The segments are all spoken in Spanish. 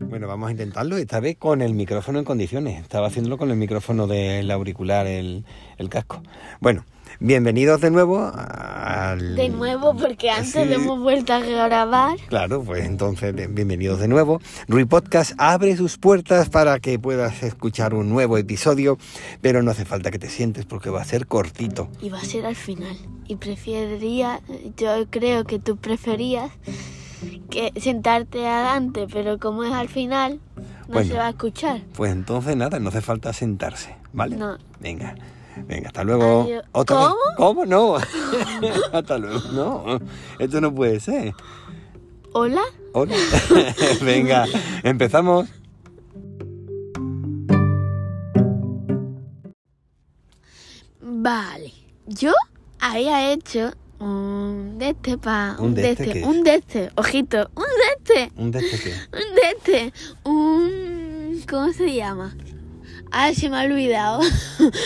Bueno, vamos a intentarlo esta vez con el micrófono en condiciones. Estaba haciéndolo con el micrófono del auricular, el, el casco. Bueno, bienvenidos de nuevo al... De nuevo, porque antes Mm. Sí. lo hemos vuelto a grabar. Claro, pues entonces bien- bienvenidos de nuevo. Rui Podcast abre sus puertas para que puedas escuchar un nuevo episodio, pero no hace falta que te sientes porque va a ser cortito. Y va a ser al final. Y preferiría, yo creo que tú preferías que sentarte adelante, pero como es al final, no Bueno. se va a escuchar. Pues entonces nada, no hace falta sentarse, ¿vale? No. Venga, venga, hasta luego. Adiós. Otra ¿Cómo? vez. ¿Cómo no? hasta luego. No, esto no puede ser. ¿Hola? Hola. venga, empezamos. Vale. Yo había hecho un de este pa... ¿Un de este qué? Un de este. Ojito. Un de este. Un de este qué? Un de este. Un... ¿Cómo se llama? Ah, se me ha olvidado.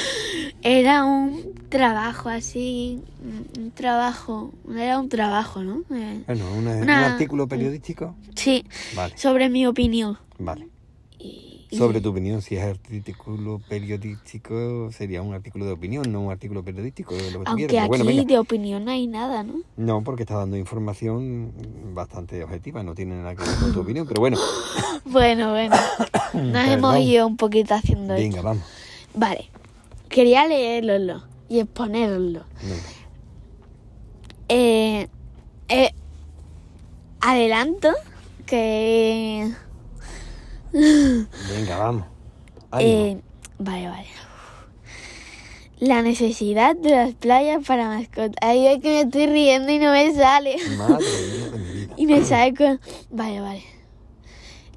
Era un trabajo así. un- Un trabajo. Era un trabajo, ¿no? Eh, Bueno, una- Una- un artículo periodístico. Sí. Vale, Sobre mi opinión. vale. Y- y- Sobre tu opinión, si es artículo periodístico, sería un artículo de opinión, no un artículo periodístico. lo que tú quieras, Aunque pero aquí Pues bueno, venga. de opinión no hay nada, ¿no? No, porque está dando información bastante objetiva, no tiene nada que ver con tu opinión, pero bueno, Bueno, bueno. Nos hemos Perdón. ido un poquito haciendo esto. venga, vamos. Vale, quería leerlo y exponerlo. venga. Eh, eh, adelanto que... Venga, vamos. eh, Ánimo. vale, vale. La necesidad de las playas para mascotas. Ay, es que me estoy riendo y no me sale. Madre mía de mi vida. Y me sale con... Vale, vale.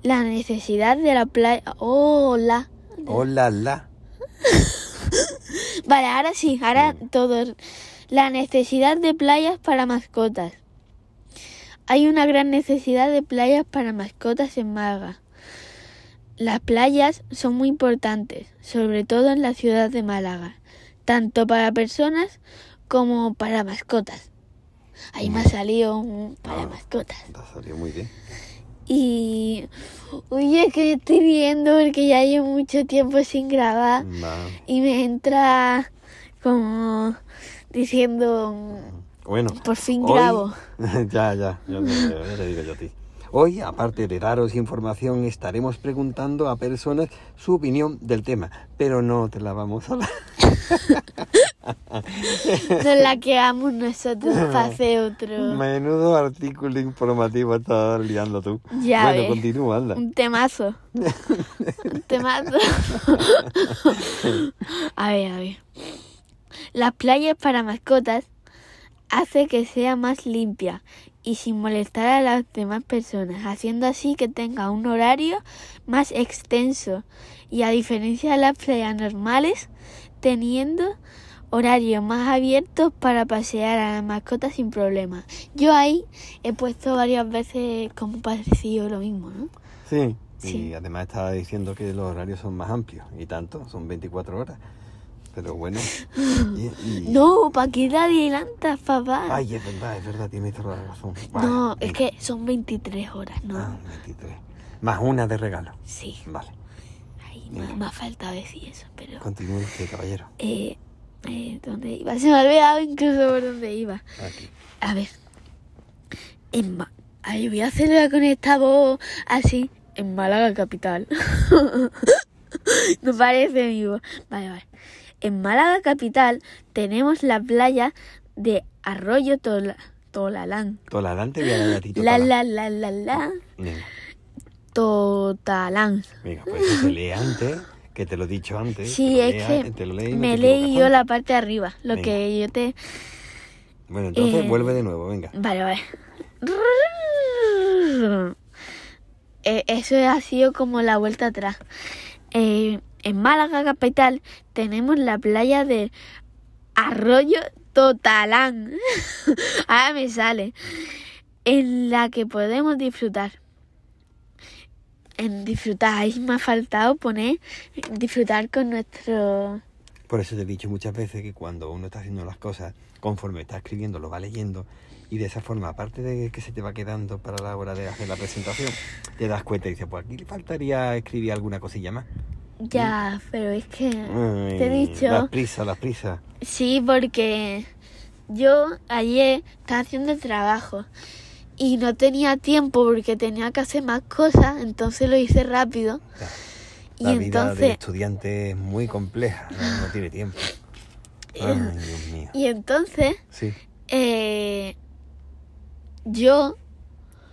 La necesidad de la playa... Oh, la... Hola, la. Vale, ahora sí, ahora todo. La necesidad de playas para mascotas. Hay una gran necesidad de playas para mascotas en Málaga. Las playas son muy importantes, sobre todo en la ciudad de Málaga, tanto para personas como para mascotas. Ahí me ha salido un para mascotas. Te ha salido muy bien. Y. Uy, es que me estoy viendo porque ya llevo mucho tiempo sin grabar Va. y me entra como diciendo "Mm, Bueno. por fin hoy- grabo ya, ya, ya te, creo, ya te digo yo a ti. Hoy, aparte de daros información, estaremos preguntando a personas su opinión del tema, pero no te la vamos a dar. nos la quedamos nosotros para hacer otro Menudo artículo informativo estás liando tú. Ya bueno, ves. continúa, anda. un temazo un temazo a ver a ver las playas para mascotas hace que sea más limpia y sin molestar a las demás personas, haciendo así que tenga un horario más extenso y a diferencia de las playas normales, teniendo horarios más abiertos para pasear a las mascotas sin problema. Yo ahí he puesto varias veces como parecido lo mismo, ¿no? Sí. Y Sí. además estaba diciendo que los horarios son más amplios y tanto, son 24 horas. Pero bueno. y- y- No, para que adelantas, papá. Ay, es verdad, es verdad, tienes toda la razón. Vale, no, es venga. que son 23 horas, ¿no? Ah, 23. Más una de regalo. Sí, Vale. ahí me, me ha faltado decir eso, pero... Continúe usted, caballero. Eh, eh, ¿Dónde iba? Se me ha olvidado incluso por dónde iba. Aquí. A ver. En Ma- Ay, voy a hacerlo con esta voz así. En Málaga capital. no parece mi voz. Vale, vale. En Málaga capital tenemos la playa de Arroyo Tola- Tolalán. Tolalán te voy a dar a ti. La Totalán. la la la la. Venga, Totalán. venga, pues eso se lee antes, que te lo he dicho antes. Sí, te lo es lea- que te lo lee y no me te leí equivocas, yo ¿no? la parte de arriba, lo Venga. que yo te... Bueno, entonces eh, vuelve de nuevo, venga. Vale, vale. Eh, Eso ha sido como la vuelta atrás. Eh, en Málaga capital tenemos la playa de Arroyo Totalán. Ahora me sale. En la que podemos disfrutar. En disfrutar, ahí me ha faltado poner disfrutar con nuestro Por eso te he dicho muchas veces que cuando uno está haciendo las cosas, conforme está escribiendo, lo va leyendo y de esa forma, aparte de que se te va quedando para la hora de hacer la presentación, te das cuenta y dices, pues aquí le faltaría escribir alguna cosilla más. Ya, pero es que Ay, te he dicho. Las prisas, las prisas. Sí, porque yo ayer estaba haciendo el trabajo y no tenía tiempo porque tenía que hacer más cosas, entonces lo hice rápido. Ya. La Y vida del entonces estudiante es muy compleja, no, no tiene tiempo. Ay, Dios mío. y entonces Sí, eh, yo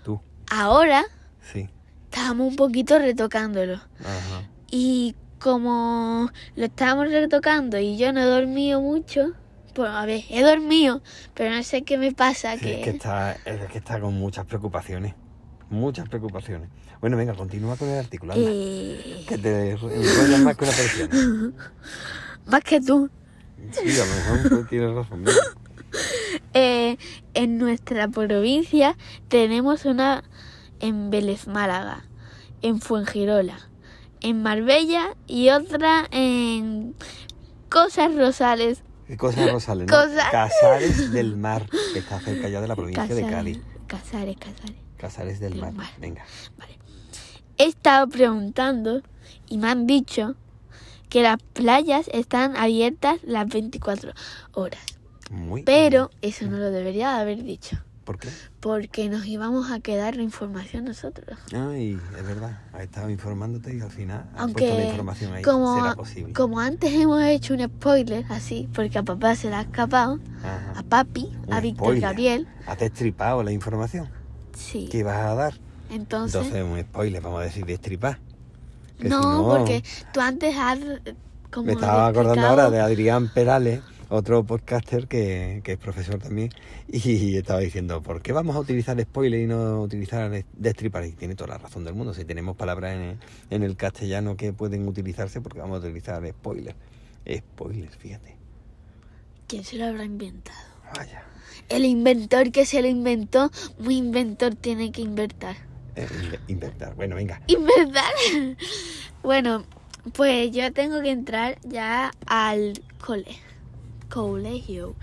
tú, ahora sí. estábamos un poquito retocándolo Ajá. y como lo estábamos retocando y yo no he dormido mucho, bueno, a ver, he dormido, pero no sé qué me pasa Sí, es que está, es que está con muchas preocupaciones. Muchas preocupaciones. Bueno, venga, continúa con el artículo. anda, Eh, Que te enrollas más que una persona. más que tú. Sí, a lo mejor tú tienes razón. venga. Eh, en nuestra provincia tenemos una en Vélez Málaga, en Fuengirola, en Marbella y otra en Cosas Rosales. Eh, Cosas Rosales, ¿no? Cosa- Casares del Mar, que está cerca ya de la provincia de Casares, Cádiz. Casares, Casares. Casares del Del Mar. Mar. Venga. He estado preguntando y me han dicho que las playas están abiertas las 24 horas. Muy Pero eso no lo debería de haber dicho, bien. ¿Por qué? porque nos íbamos a quedar la información nosotros. Ay, es verdad. Has estado informándote y al final has puesto la Aunque información ahí. como, Será posible. como antes hemos hecho un spoiler así, porque a papá se le ha escapado, Ajá. a papi, Ah, Un a Víctor spoiler. Gabriel, Has destripado la información sí. que ibas a dar. Entonces, Entonces, un spoiler, vamos a decir destripar. que si no, no- porque tú antes has eh, como Me estaba replicado- acordando ahora de Adrián Perales, otro podcaster que, que es profesor también, y estaba diciendo, ¿por qué vamos a utilizar spoiler y no utilizar des- destripar? Y tiene toda la razón del mundo, si tenemos palabras en, en el castellano que pueden utilizarse, porque vamos a utilizar spoiler. Spoiler, fíjate. ¿Quién se lo habrá inventado? Vaya. El inventor que se lo inventó, muy inventor tiene que inventar. Eh, inve- inventar. Bueno, venga. ¿Inventar? bueno, pues yo tengo que entrar ya al cole, colegio.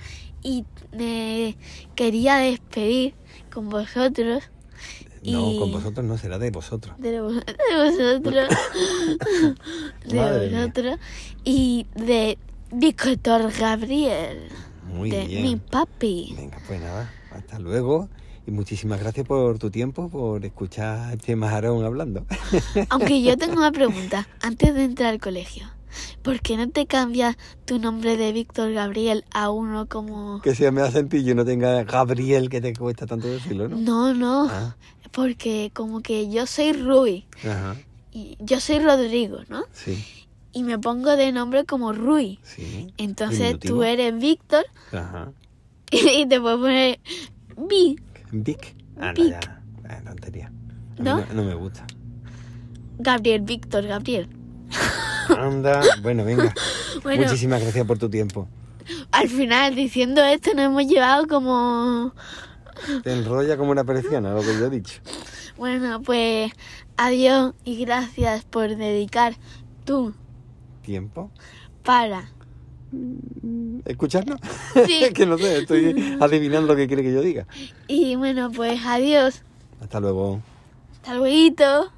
Y me quería despedir con vosotros. No, Y- con vosotros no será de vosotros. de, vo- de vosotros, de Madre mía. vosotros y de Víctor Gabriel, Muy de bien. mi papi. Venga, pues nada, hasta luego. Y muchísimas gracias por tu tiempo, por escuchar a este majarón hablando. Aunque yo tengo una pregunta antes de entrar al colegio. ¿Por qué no te cambias tu nombre de Víctor Gabriel a uno como... Que se me hace sencillo y no tenga Gabriel, que te cuesta tanto decirlo, ¿no? No, no, Ah, porque como que yo soy Rui, ajá, y yo soy Rodrigo, ¿no? sí, Y me pongo de nombre como Rui. sí. Entonces Diminutivo. tú eres Víctor Ajá. y te puedo poner Vi. Vic. Ah, no, Vic. ya. Ah, tontería. A mí ¿No? no me gusta. Gabriel, Víctor, Gabriel. Anda, bueno, venga. Bueno, Muchísimas gracias por tu tiempo. al final diciendo esto nos hemos llevado como... Te enrolla como una persiana, lo que yo he dicho. Bueno, pues adiós y gracias por dedicar tú Tiempo. para... ¿Escucharnos? Sí. que no sé, estoy adivinando lo que quiere que yo diga. Y bueno, pues adiós. Hasta luego. Hasta luego.